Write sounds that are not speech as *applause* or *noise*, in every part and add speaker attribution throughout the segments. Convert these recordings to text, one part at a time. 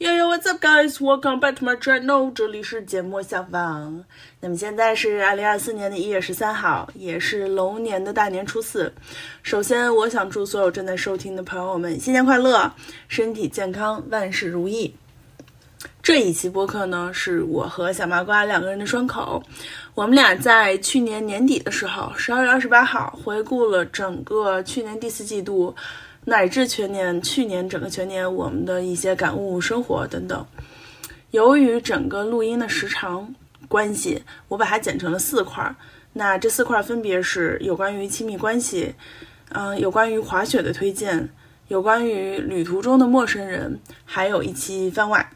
Speaker 1: what's up, guys? Welcome back to my channel。这里是节目下方。那么现在是二零二四年的一月十三号，也是龙年的大年初四。首先，我想祝所有正在收听的朋友们新年快乐，身体健康，万事如意。这一期播客呢，是我和小麻瓜两个人的双口。我们俩在去年年底的时候，十二月二十八号，回顾了整个去年第四季度乃至全年，去年整个全年我们的一些感悟、生活等等。由于整个录音的时长关系，我把它剪成了四块儿。那这四块儿分别是有关于亲密关系，嗯、有关于滑雪的推荐，有关于旅途中的陌生人，还有一期番外。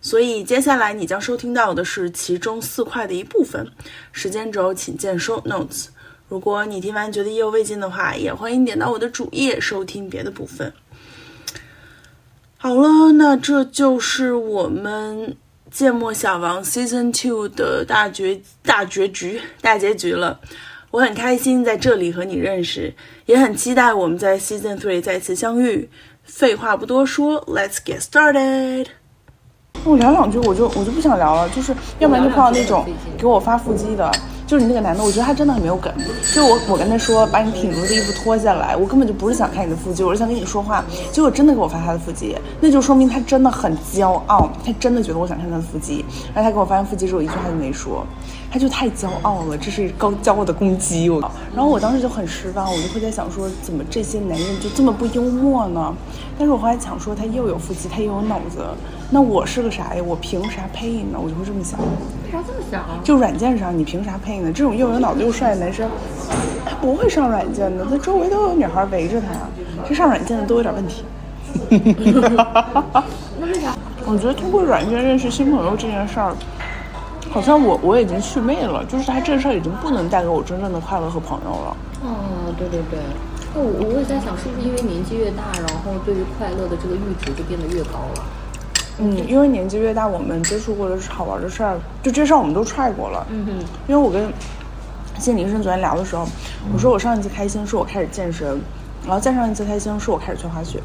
Speaker 1: 所以接下来你将收听到的是其中四块的一部分，时间轴请见 show notes。如果你听完觉得意犹未尽的话，也欢迎点到我的主页收听别的部分。好了，那这就是我们《芥末小王》Season Two 的大结大结局大结局了。我很开心在这里和你认识，也很期待我们在 Season Three 再次相遇。废话不多说，Let's get started。
Speaker 2: 我哦聊两句我就我就不想聊了，就是要不然就碰到那种给我发腹肌的，就是你那个男的，我觉得他真的很没有梗。就我我跟他说把你挺住的衣服脱下来，我根本就不是想看你的腹肌，我是想跟你说话。结果真的给我发他的腹肌，那就说明他真的很骄傲，他真的觉得我想看他的腹肌。然后他给我发完腹肌之后一句话都没说，他就太骄傲了，这是高骄傲的攻击我。然后我当时就很失望，我就会在想说怎么这些男人就这么不幽默呢？但是我后来想说他又有腹肌，他又有脑子，那我是个啥呀？我凭啥配呢？我就会这么想。
Speaker 3: 为啥这么想啊？
Speaker 2: 就软件上，你凭啥配呢？这种又有脑子又帅的男生，他不会上软件的，他周围都有女孩围着他，这上软件的都有点问题。
Speaker 3: 那为啥？
Speaker 2: 我觉得通过软件认识新朋友这件事儿，好像我我已经祛魅了，就是他这事儿已经不能带给我真正的快乐和朋友了。
Speaker 3: 哦，对对对。那我我也在想，是不是因为年纪越大，然后对于快乐的这个阈值就变得越高了？
Speaker 2: 嗯，因为年纪越大，我们接触过的好玩的事儿，就这事儿我们都 try 过了。
Speaker 3: 嗯哼，
Speaker 2: 因为我跟心理医生昨天聊的时候，我说我上一次开心是我开始健身，然后再上一次开心是我开始去滑雪。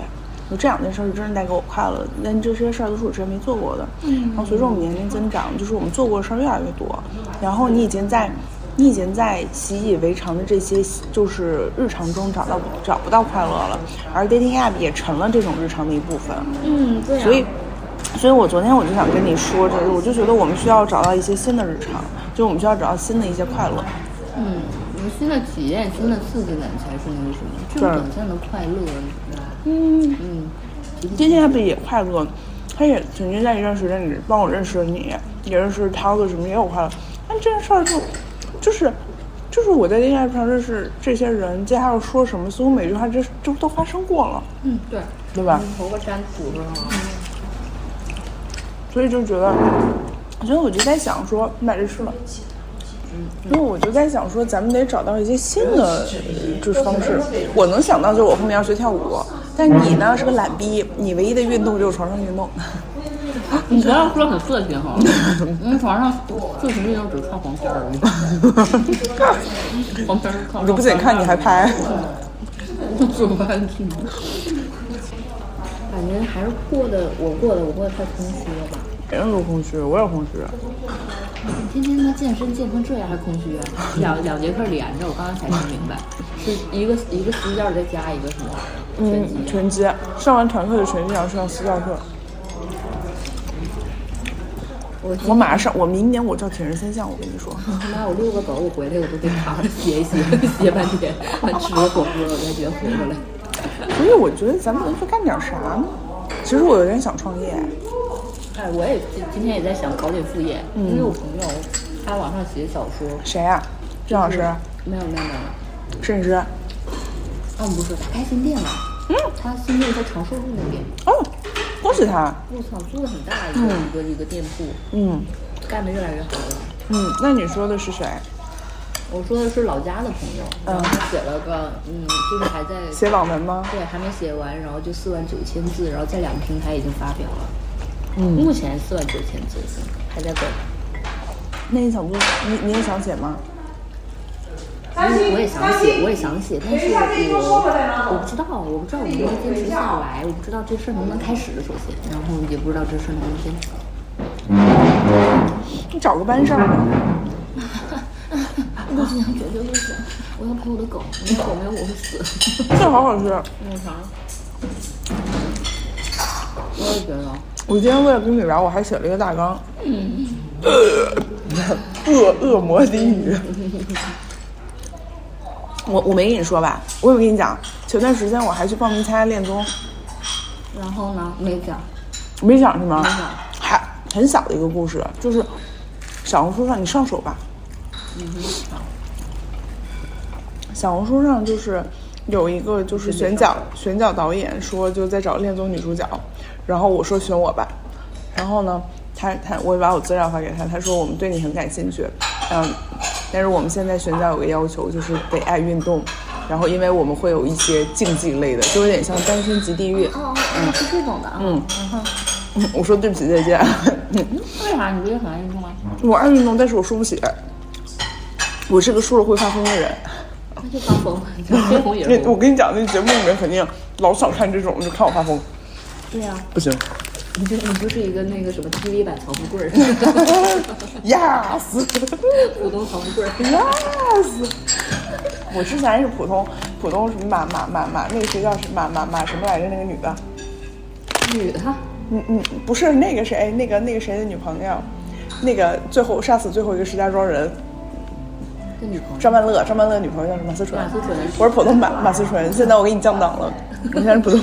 Speaker 2: 我这两件事儿是真正带给我快乐，但这些事儿都是我之前没做过的。然后随着我们年龄增长，就是我们做过的事儿越来越多，然后你已经在。你已经在习以为常的这些，就是日常中找到找不到快乐了，而 dating app 也成了这种日常的一部分。
Speaker 3: 嗯，对、啊。
Speaker 2: 所以，所以我昨天我就想跟你说这个，我就觉得我们需要找到一些新的日常，就我们需要找到新的一些快乐。
Speaker 3: 嗯，有新的体验、新的刺激感才是那个什么，这种短暂的快乐，你知道吗？
Speaker 2: 嗯，
Speaker 3: 嗯，
Speaker 2: 今天他不也快乐？他也曾经在一段时间里帮我认识了你，也认识涛子什么也有快乐。但这件事儿就，就是，就是我在恋爱上认识这些人，接下来说什么，似乎每句话这这都发生过了，
Speaker 3: 嗯，对。
Speaker 2: 对吧？
Speaker 3: 头发粘土上了。
Speaker 2: 所以就觉得，所以我就在想说，买这吃了。因为我就在想说，咱们得找到一些新的呃就是方式。我能想到就是我后面要学跳舞，但你呢是个懒逼，你唯一的运动就是床上运动。
Speaker 3: 你不要说很色情 *laughs* 哈，因为床上色情运动只看黄片 *laughs* 儿而已，黄片儿看。
Speaker 2: 我就不仅看，你还拍。
Speaker 3: 怎么办去？ *laughs* 反正还是过的，我过的，我过得太空虚了吧？
Speaker 2: 别人都空虚，我也空虚。
Speaker 3: 天天他健身健成这样还空
Speaker 2: *laughs*
Speaker 3: 虚、啊，两两节课连着，我刚刚才听明白，是一个一个私教再加一个什么拳击
Speaker 2: 嗯，，拳击上完团课的拳击，然后上私教课。
Speaker 3: 我
Speaker 2: 我马上，我明年我叫铁人三项，我跟你说。
Speaker 3: 他妈我遛个狗，我回来我都得躺着歇一歇， *laughs* 歇半天，吃个火锅我才觉得活过来。
Speaker 2: 嗯所以我觉得咱们能去干点啥呢？其实我有点想创业，
Speaker 3: 哎，我也今今天也在想搞点副业，因为我朋友他网上写小说，
Speaker 2: 谁呀、郑嗯老师，
Speaker 3: 没有没有没有。
Speaker 2: 摄影师。
Speaker 3: 哦，不是，他开新店了。嗯，他新店在长寿路那边，
Speaker 2: 哦，恭喜他。
Speaker 3: 我操，租的很大一个、一个一个店铺，
Speaker 2: 嗯
Speaker 3: 干的越来越好了。
Speaker 2: 嗯，那你说的是谁？
Speaker 3: 我说的是老家的朋友，然后他写了个，嗯，就是还在
Speaker 2: 写网文吗？
Speaker 3: 对，还没写完，然后就四万九千字，然后在两个平台已经发表了。
Speaker 2: 嗯
Speaker 3: 目前四万九千字，还在搞。
Speaker 2: 那你想做？你你也想写吗？
Speaker 3: 我我也想写，我也想写，但是我我不知道，我不知道我能不能坚持下来，我不知道这事儿能不能开始，首先，然后也不知道这事儿能不能坚持。
Speaker 2: 你找个班上吧。
Speaker 3: 陆金阳绝对不行，我要陪我的狗，我的狗没有我会死。
Speaker 2: 这好好吃，
Speaker 3: 你尝。我也觉得，
Speaker 2: 我今天为了跟你聊，我还写了一个大纲。嗯 *laughs* 呃，恶恶魔低语。我我没跟你说吧，我有跟你讲，前段时间我还去报名参加恋综，
Speaker 3: 然后呢，没讲，
Speaker 2: 没讲是吗？
Speaker 3: 没讲
Speaker 2: 还很小的一个故事，就是小红书上你上手吧。嗯小红书上就是有一个就是选角选角导演说就在找恋综女主角，然后我说选我吧，然后呢，他他我把我资料发给他，他说我们对你很感兴趣，嗯，但是我们现在选角有个要求就是得爱运动，然后因为我们会有一些竞技类的，就有点像《单身即地狱》。 *laughs*
Speaker 3: 哦，那是这种的啊。嗯。
Speaker 2: 我说对不起再见，
Speaker 3: 为啥你不是很爱运动吗？
Speaker 2: 我爱运动，但是我输不起，我是个输了会发疯的人。
Speaker 3: 那就当疯，当红也
Speaker 2: 那
Speaker 3: 是
Speaker 2: 我
Speaker 3: 疯。
Speaker 2: 跟你讲，那节目里面肯定老想看这种，就看我发疯，
Speaker 3: 对呀、
Speaker 2: 不行。
Speaker 3: 你就你就是一个那个什么 TV 版曹富贵儿，
Speaker 2: yes
Speaker 3: 普通曹富贵儿。
Speaker 2: yes，我之前是普通普通什么马马马马那个谁叫什马马马什么来着那个女的，
Speaker 3: 女的，
Speaker 2: 嗯嗯不是那个谁那个那个谁的女朋友，那个最后杀死最后一个石家庄人
Speaker 3: 这女朋友。
Speaker 2: 张曼乐张曼乐女朋友叫什么马思纯，
Speaker 3: 马思纯
Speaker 2: 我是普通马马思纯，现在我给你降档了，我现在是普通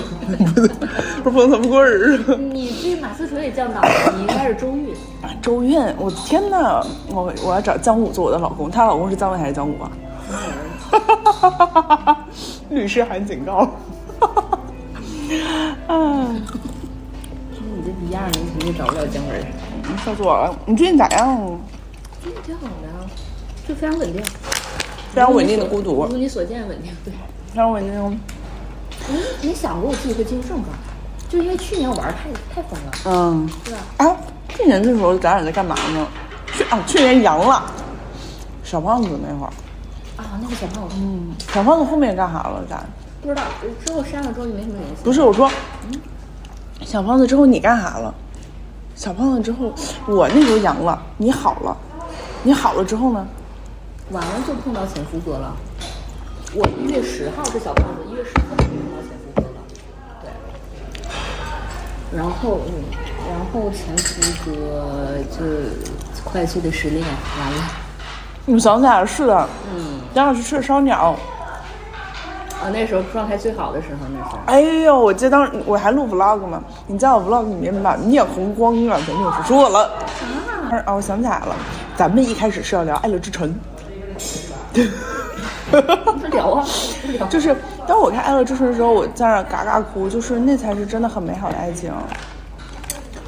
Speaker 2: *laughs* 普通我是普通怎么过日子？
Speaker 3: 你对马思纯也降档了，你应该是周韵。
Speaker 2: 啊周韵，我的天呐，我我要找姜武做我的老公，她老公是姜文还是姜武啊？ *laughs* 律师函警告。嗯，
Speaker 3: 你这逼样儿，你肯定找不了姜文儿。
Speaker 2: 笑死我了！你最近咋样？
Speaker 3: 这个挺好的啊，就非常稳定，
Speaker 2: 非常稳定的孤独，
Speaker 3: 如你所见稳定。对，
Speaker 2: 非常稳定。哦
Speaker 3: 你没想过我自己会进入这种状态，就因为去年我玩儿太太疯了，
Speaker 2: 嗯，
Speaker 3: 对啊吧？
Speaker 2: 哎，去年这时候咱俩在干嘛呢？去啊，去年阳了，小胖子那会儿，
Speaker 3: 啊，那个小胖我嗯
Speaker 2: 小胖子后面干啥了？咱
Speaker 3: 不知道，之后删了之后就没什么联系。
Speaker 2: 不是我说，小胖子之后你干啥了？小胖子之后，我那时候阳了，你好了，你好了之后呢？
Speaker 3: 完了就碰到潜伏哥了。我一月十号是小胖子，一月十号就碰到潜伏哥了。对。然后，嗯，然后潜伏哥就快速的失恋，完了。
Speaker 2: 我想起来了，是的，嗯，咱俩去吃烧鸟。
Speaker 3: 啊，那时候状态最好的时候，那是。
Speaker 2: 哎呦，我记得当时我还录 vlog 嘛，你在我 vlog 里面把聂红光跟阮婷婷说错了。啊，我想起来了，咱们一开始是要聊《爱乐之城》。
Speaker 3: 不聊啊，不聊。
Speaker 2: 就是当我看《爱乐之城》的时候，我在那儿嘎嘎哭，就是那才是真的很美好的爱情。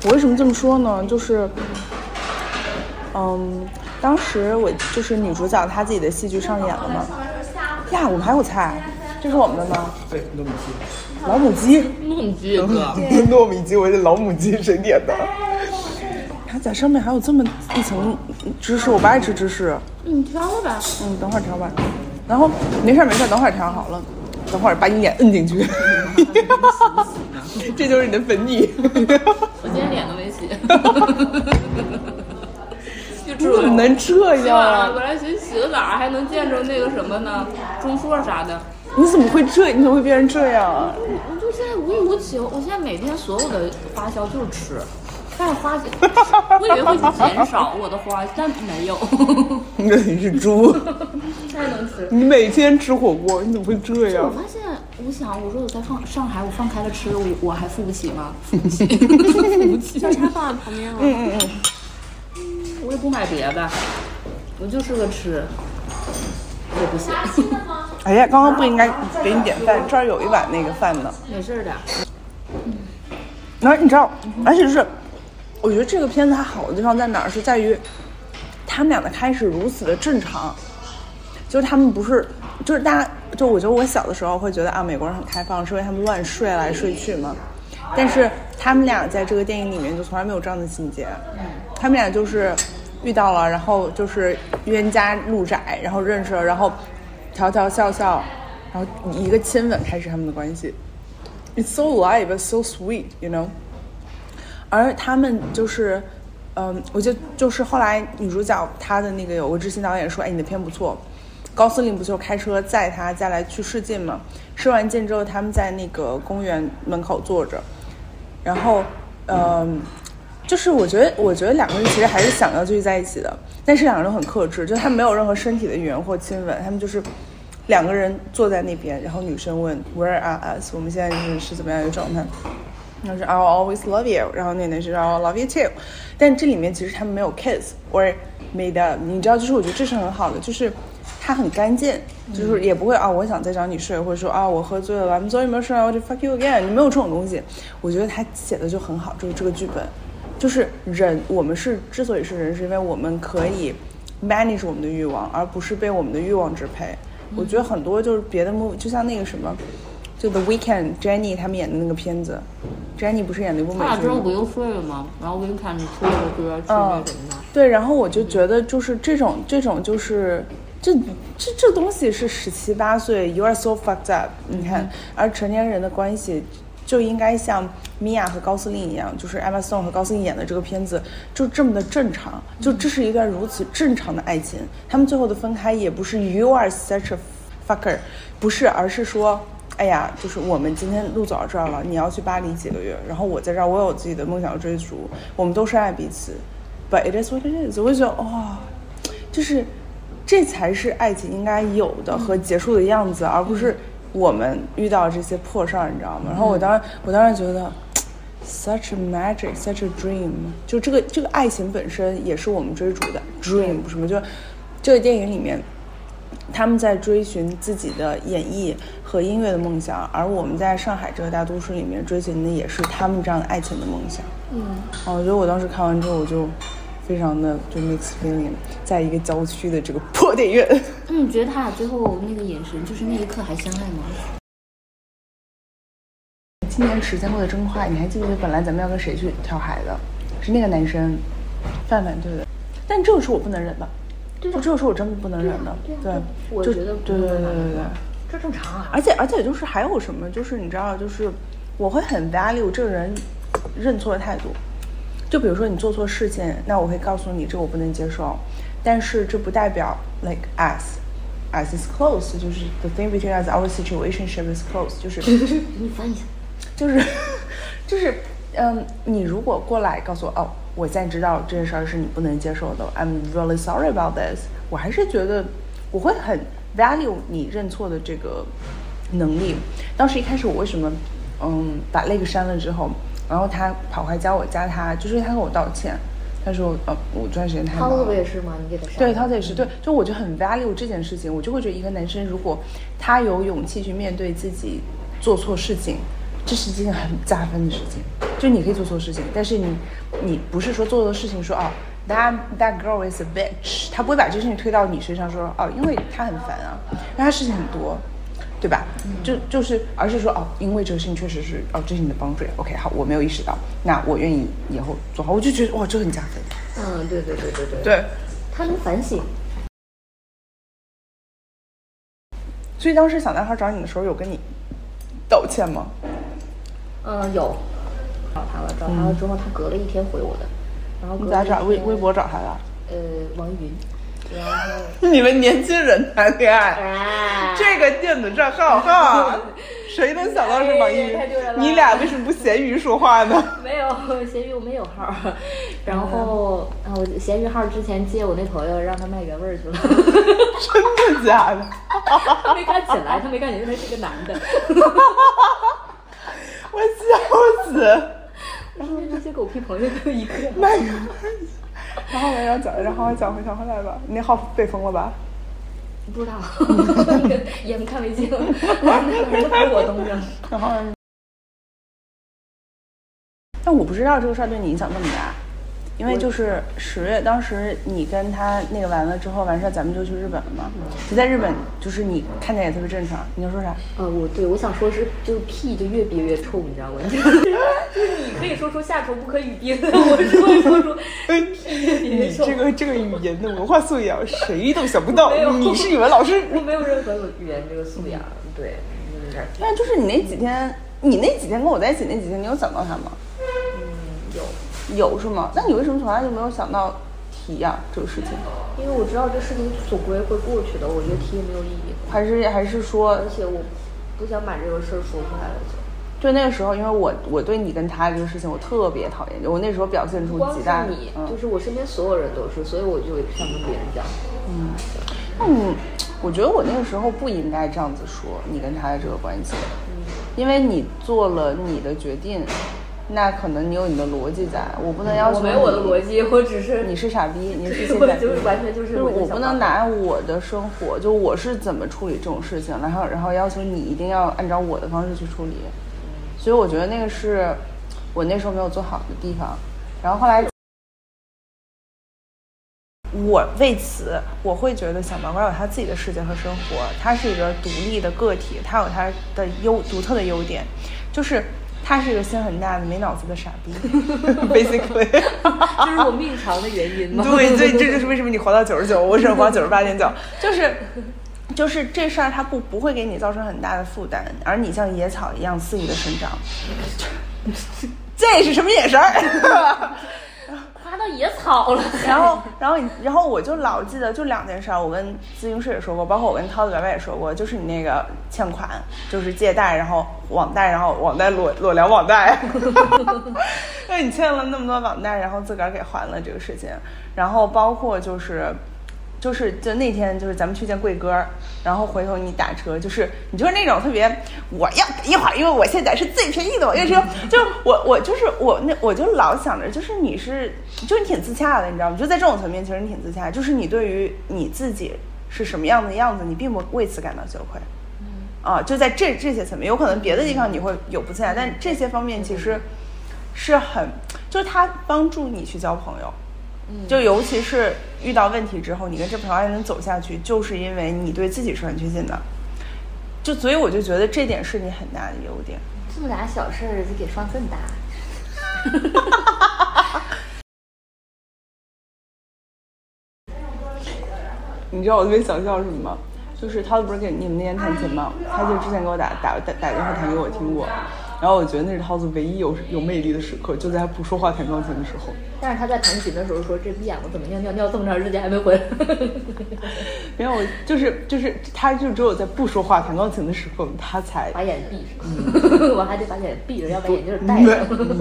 Speaker 2: 我为什么这么说呢？就是，嗯，当时我就是女主角她自己的戏剧上演了嘛。呀，我们还有菜，这是我们的吗？对，老母鸡。
Speaker 3: 弄鸡哥，
Speaker 2: 糯米鸡，我这老母鸡谁点的？它在上面还有这么一层芝士，我不爱吃芝士。
Speaker 3: 你挑了吧。
Speaker 2: 嗯，等会儿调吧。然后没事儿没事儿，等会儿调好了，等会儿把你脸摁进去。 *laughs* 这就是你的粉底。
Speaker 3: 我今天脸都没 *laughs* 洗。就
Speaker 2: 你怎么能这
Speaker 4: 洗
Speaker 2: 样
Speaker 4: 完了，
Speaker 2: 啊？
Speaker 4: 本来寻思洗个澡还能见着那个什么呢，中硕啥的。
Speaker 2: 你怎么会这？你怎么会变成这样啊？
Speaker 4: 我就现在无欲无求，我现在每天所有的花销就是吃，但是花销，我以为会减少我的花，但没有。
Speaker 2: *laughs*
Speaker 4: *laughs*
Speaker 2: 那你是
Speaker 3: *laughs*
Speaker 2: 猪！
Speaker 4: 太能吃。
Speaker 2: 你每天吃火锅，你怎么会这
Speaker 4: 我
Speaker 2: 样？
Speaker 4: 发现，我想，我说我在放上海，我放开了吃，我我还付不起吗？付不起，交叉放在旁边了。嗯嗯嗯，我也不买别的，我就是个吃，我也不行，
Speaker 2: 哎呀，刚刚不应该给你点饭，这儿有一碗那个饭呢。
Speaker 4: *laughs* 没事儿的。
Speaker 2: 然后你知道，而且是，嗯我觉得这个片子它好的地方在哪儿？是在于他们俩的开始如此的正常，就是他们不是，就是大家，就我觉得我小的时候会觉得啊，美国人很开放，是因为他们乱睡来睡去嘛。但是他们俩在这个电影里面就从来没有这样的情节，他们俩就是遇到了，然后就是冤家路窄，然后认识了，然后调调笑笑，然后以一个亲吻开始他们的关系。It's so light but so sweet, you know。而他们就是，嗯，我觉得就是后来女主角她的那个有个知心导演说，哎，你的片不错。高司令不就是开车载她再来去试镜嘛？试完镜之后，他们在那个公园门口坐着，然后，嗯，就是我觉得，我觉得两个人其实还是想要继续在一起的，但是两个人都很克制，就是他没有任何身体的语言或亲吻，他们就是两个人坐在那边，然后女生问 Where are us？我们现在是是怎么样一个状态？然后是 I'll always love you，然后那男是 I'll love you too，但这里面其实他们没有 kiss or made up，你知道，就是我觉得这是很好的，就是他很干净，就是也不会啊，我想再找你睡，或者说啊，我喝醉了，I'm so emotional，I want to fuck you again，你没有这种东西，我觉得他写的就很好，就是这个剧本，就是人，我们是之所以是人，是因为我们可以 manage 我们的欲望，而不是被我们的欲望支配。我觉得很多就是别的 movie，就像那个什么，就 The Weeknd Jenny 他们演的那个片子，Jenny 不是演了一部美
Speaker 4: 他俩
Speaker 2: 剧
Speaker 4: 之后
Speaker 2: 吗？
Speaker 4: 不就睡了吗？然后我给你看你出了歌，去那什么的。
Speaker 2: 对，然后我就觉得就是这种这种就是这这这东西是十七八岁，you are so fucked up。你看，而成年人的关系就应该像米娅和高司令一样，就是 Emma Stone 和高司令演的这个片子就这么的正常，就这是一段如此正常的爱情。他们最后的分开也不是 you are such a fucker，不是，而是说。哎呀，就是我们今天录走到这儿了，你要去巴黎几个月，然后我在这儿，我有自己的梦想要追逐，我们都深爱彼此，But it is what it is，我就觉得哇、就是这才是爱情应该有的和结束的样子，而不是我们遇到这些破事儿，你知道吗？然后我当时我当时觉得。Such a magic, such a dream，就这个这个爱情本身也是我们追逐的 dream，不是吗？就这个电影里面，他们在追寻自己的演艺和音乐的梦想，而我们在上海这个大都市里面追寻的也是他们这样的爱情的梦想。嗯，啊，我觉得我当时看完之后，我就非常的就 mixed feeling，在一个郊区的这个破电影院。
Speaker 4: 那你嗯觉得他俩最后那个眼神，就是那一刻还相爱吗？
Speaker 2: *laughs* 今年时间过得真快，你还记不记得本来咱们要跟谁去跳海的？是那个男生，范范对的。但这个是我不能忍的，
Speaker 3: 对啊
Speaker 2: 就这个是我真不能忍的。
Speaker 3: 对啊
Speaker 2: 对，
Speaker 3: 我
Speaker 2: 就
Speaker 3: 觉得不
Speaker 2: 对对对
Speaker 3: 能
Speaker 2: 对
Speaker 3: 忍
Speaker 2: 对。
Speaker 3: 这正常啊。
Speaker 2: 而且而且就是还有什么，就是你知道，就是我会很 value 这个人认错的态度。就比如说你做错事情，那我会告诉你这个我不能接受，但是这不代表 like us us is close，就是 the thing between us our situationship is close，就是
Speaker 3: 你翻译一下，
Speaker 2: 就是 *laughs* 就是嗯，你如果过来告诉我哦，我现在知道这件事儿是你不能接受的，I'm really sorry about this，我还是觉得我会很 value 你认错的这个能力。当时一开始我为什么嗯把那个删了之后，然后他跑回家我加他，就是他跟我道歉，他说呃我这段时间太忙
Speaker 3: 涛子
Speaker 2: 了
Speaker 3: 不。也是吗？你给他删
Speaker 2: 对，
Speaker 3: 了
Speaker 2: 涛子也是对，就我就很 value 这件事情，我就会觉得一个男生如果他有勇气去面对自己做错事情，这是一件很加分的事情。就你可以做错事情，但是你你不是说做错事情说哦，that that girl is a bitch，他不会把这事情推到你身上说哦，因为他很烦啊，因为他事情很多。对吧？就就是，而是说哦，因为这个事情确实是哦，这是你的帮助。OK，好，我没有意识到，那我愿意以后做好，我就觉得哇，这很加分。
Speaker 3: 嗯，对对对对对，
Speaker 2: 对，
Speaker 3: 他能反省，
Speaker 2: 所以当时小男孩找你的时候，有跟你道歉吗？
Speaker 3: 嗯，有找他了，找他了之后，他隔了一天回我的，然后隔
Speaker 2: 嗯你咋
Speaker 3: 了
Speaker 2: 找
Speaker 3: 一
Speaker 2: 微
Speaker 3: 天
Speaker 2: 微博找他的？
Speaker 3: 呃王云，然后
Speaker 2: *laughs* 你们年轻人谈恋爱，
Speaker 3: 啊，
Speaker 2: *laughs* 这个电子账号 *laughs* 哈，谁能想到是网易
Speaker 3: 哎
Speaker 2: 云
Speaker 3: 太对了？
Speaker 2: 你俩为什么不闲鱼说话呢？ *laughs*
Speaker 3: 没有闲鱼我没有号儿，然后
Speaker 2: 嗯
Speaker 3: 啊我闲鱼号儿之前借我那朋友让他卖原味儿
Speaker 2: *laughs*
Speaker 3: 去了，
Speaker 2: 真的假的？
Speaker 3: 他没干起来，他没干起来，他是个男的，
Speaker 2: 我笑死！
Speaker 3: 我身边这些狗屁朋友就一个，
Speaker 2: 那个，然后来然后讲，然后来讲回讲回来吧，你那号被封了吧？
Speaker 3: 不知 *laughs* 道，那个眼不看为净，那个人还是我东家。
Speaker 2: 然后，但我不知道这个事儿对你影响这么大。因为就是十月，当时你跟他那个完了之后，完事儿咱们就去日本了嘛。就在日本，就是你看起来也特别正常。你要说啥？
Speaker 3: 啊，我对我想说是，就是屁就越憋越臭，你知 *laughs* 道吗？就是你可以说出下丑不可语憋， *laughs* 我是会说出屁越憋越
Speaker 2: 你
Speaker 3: 臭。
Speaker 2: 这个这个语言的文化素养，谁都想不到
Speaker 3: 没有。
Speaker 2: 你是语文老师，
Speaker 3: 我没有任何语言这个素养，对，就是有点儿
Speaker 2: 但就是你那几天，你那几天跟我在一起那几天，你有想到他吗？
Speaker 3: 有。
Speaker 2: 有是吗？那你为什么从来就没有想到提呀、这个事情？
Speaker 3: 因为我知道这事情总归会过去的，我觉得提也没有意义，
Speaker 2: 还是还是说
Speaker 3: 而，且我不想把这个事儿说出来了就。
Speaker 2: 就那个时候，因为我我对你跟他这个事情我特别讨厌，我那时候表现出
Speaker 3: 光
Speaker 2: 极
Speaker 3: 是
Speaker 2: 大的
Speaker 3: 你，
Speaker 2: 嗯
Speaker 3: 就是我身边所有人都是，所以我就也不想跟别人讲。
Speaker 2: 嗯，我觉得我那个时候不应该这样子说你跟他的这个关系，
Speaker 3: 嗯
Speaker 2: 因为你做了你的决定，那可能你有你的逻辑在，我不能要求
Speaker 3: 我没有我的
Speaker 2: 你
Speaker 3: 逻辑，我只是
Speaker 2: 你是傻逼，你是
Speaker 3: 我
Speaker 2: 现在
Speaker 3: 就是完全就是
Speaker 2: 是
Speaker 3: 我就
Speaker 2: 我
Speaker 3: 想
Speaker 2: 不
Speaker 3: 法
Speaker 2: 能拿我的生活，就我是怎么处理这种事情，然后然后要求你一定要按照我的方式去处理，所以我觉得那个是我那时候没有做好的地方，然后后来。我为此，我会觉得小毛怪有他自己的世界和生活，他是一个独立的个体，他有他的优独特的优点，就是他是一个心很大的没脑子的傻逼 *laughs* ，basically。 *laughs*
Speaker 3: *laughs* 这是我命长的原 *laughs* 因吗？
Speaker 2: 对对，这就是为什么你活到九十九，我只能活到九十八点九， *laughs* 就是。就是这事儿，它不不会给你造成很大的负担，而你像野草一样肆意的生长，这是什么眼神儿？ *laughs*
Speaker 3: 夸到野草了。
Speaker 2: 然后，然后你，然后我就老记得就两件事儿，我跟咨询师也说过，包括我跟涛子白白也说过，就是你那个欠款，就是借贷，然后网贷，然后网贷裸裸聊网贷， *laughs* 因为你欠了那么多网贷，然后自个儿给还了这个事情，然后包括就是。就是就那天就是咱们去见贵哥，然后回头你打车，就是你就是那种特别我要等一会儿，因为我现在是最便宜的网约车，就是我我就是我那我就老想着，就是你是就是你挺自洽的，你知道吗？就在这种层面，其实你挺自洽，就是你对于你自己是什么样的样子，你并不为此感到羞愧。啊，就在这这些层面，有可能别的地方你会有不自洽，但这些方面其实是很，就是它帮助你去交朋友。就尤其是遇到问题之后，你跟这朋友还能走下去，就是因为你对自己是很确信的。就所以我就觉得这点是你很大的优点。
Speaker 3: 这么俩小事儿就给放这么大，
Speaker 2: 你知道我特别想笑什么吗？就是他不是给你们那天弹琴吗？他就之前给我打打打打电话弹给我听过，然后我觉得那是涛子唯一有有魅力的时刻，就在他不说话弹钢琴的时候。
Speaker 3: 但是他在弹琴的时候说：“这逼眼我怎么尿尿尿这么长时间还没回来？” *laughs*
Speaker 2: 没有，就是就是，他就只有在不说话弹钢琴的时候，他才
Speaker 3: 把眼闭上， *laughs* 我还得把眼闭着，要把眼镜儿戴上。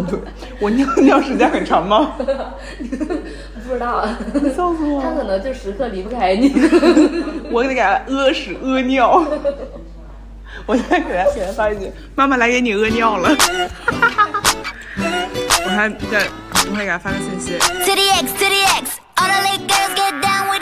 Speaker 2: 对，我尿尿时间很长吗？
Speaker 3: *laughs* 不知道，啊
Speaker 2: 笑死我
Speaker 3: *laughs* 他可
Speaker 2: 了！
Speaker 3: 能就时刻离不开你。
Speaker 2: *laughs* 我得给他屙屎屙尿， *laughs* 我现在给他给他发一句：“妈妈来给你屙尿了。” *laughs* 我还在，我还给他发个信息。
Speaker 5: to the X, eh. to the X. All the late girls get down when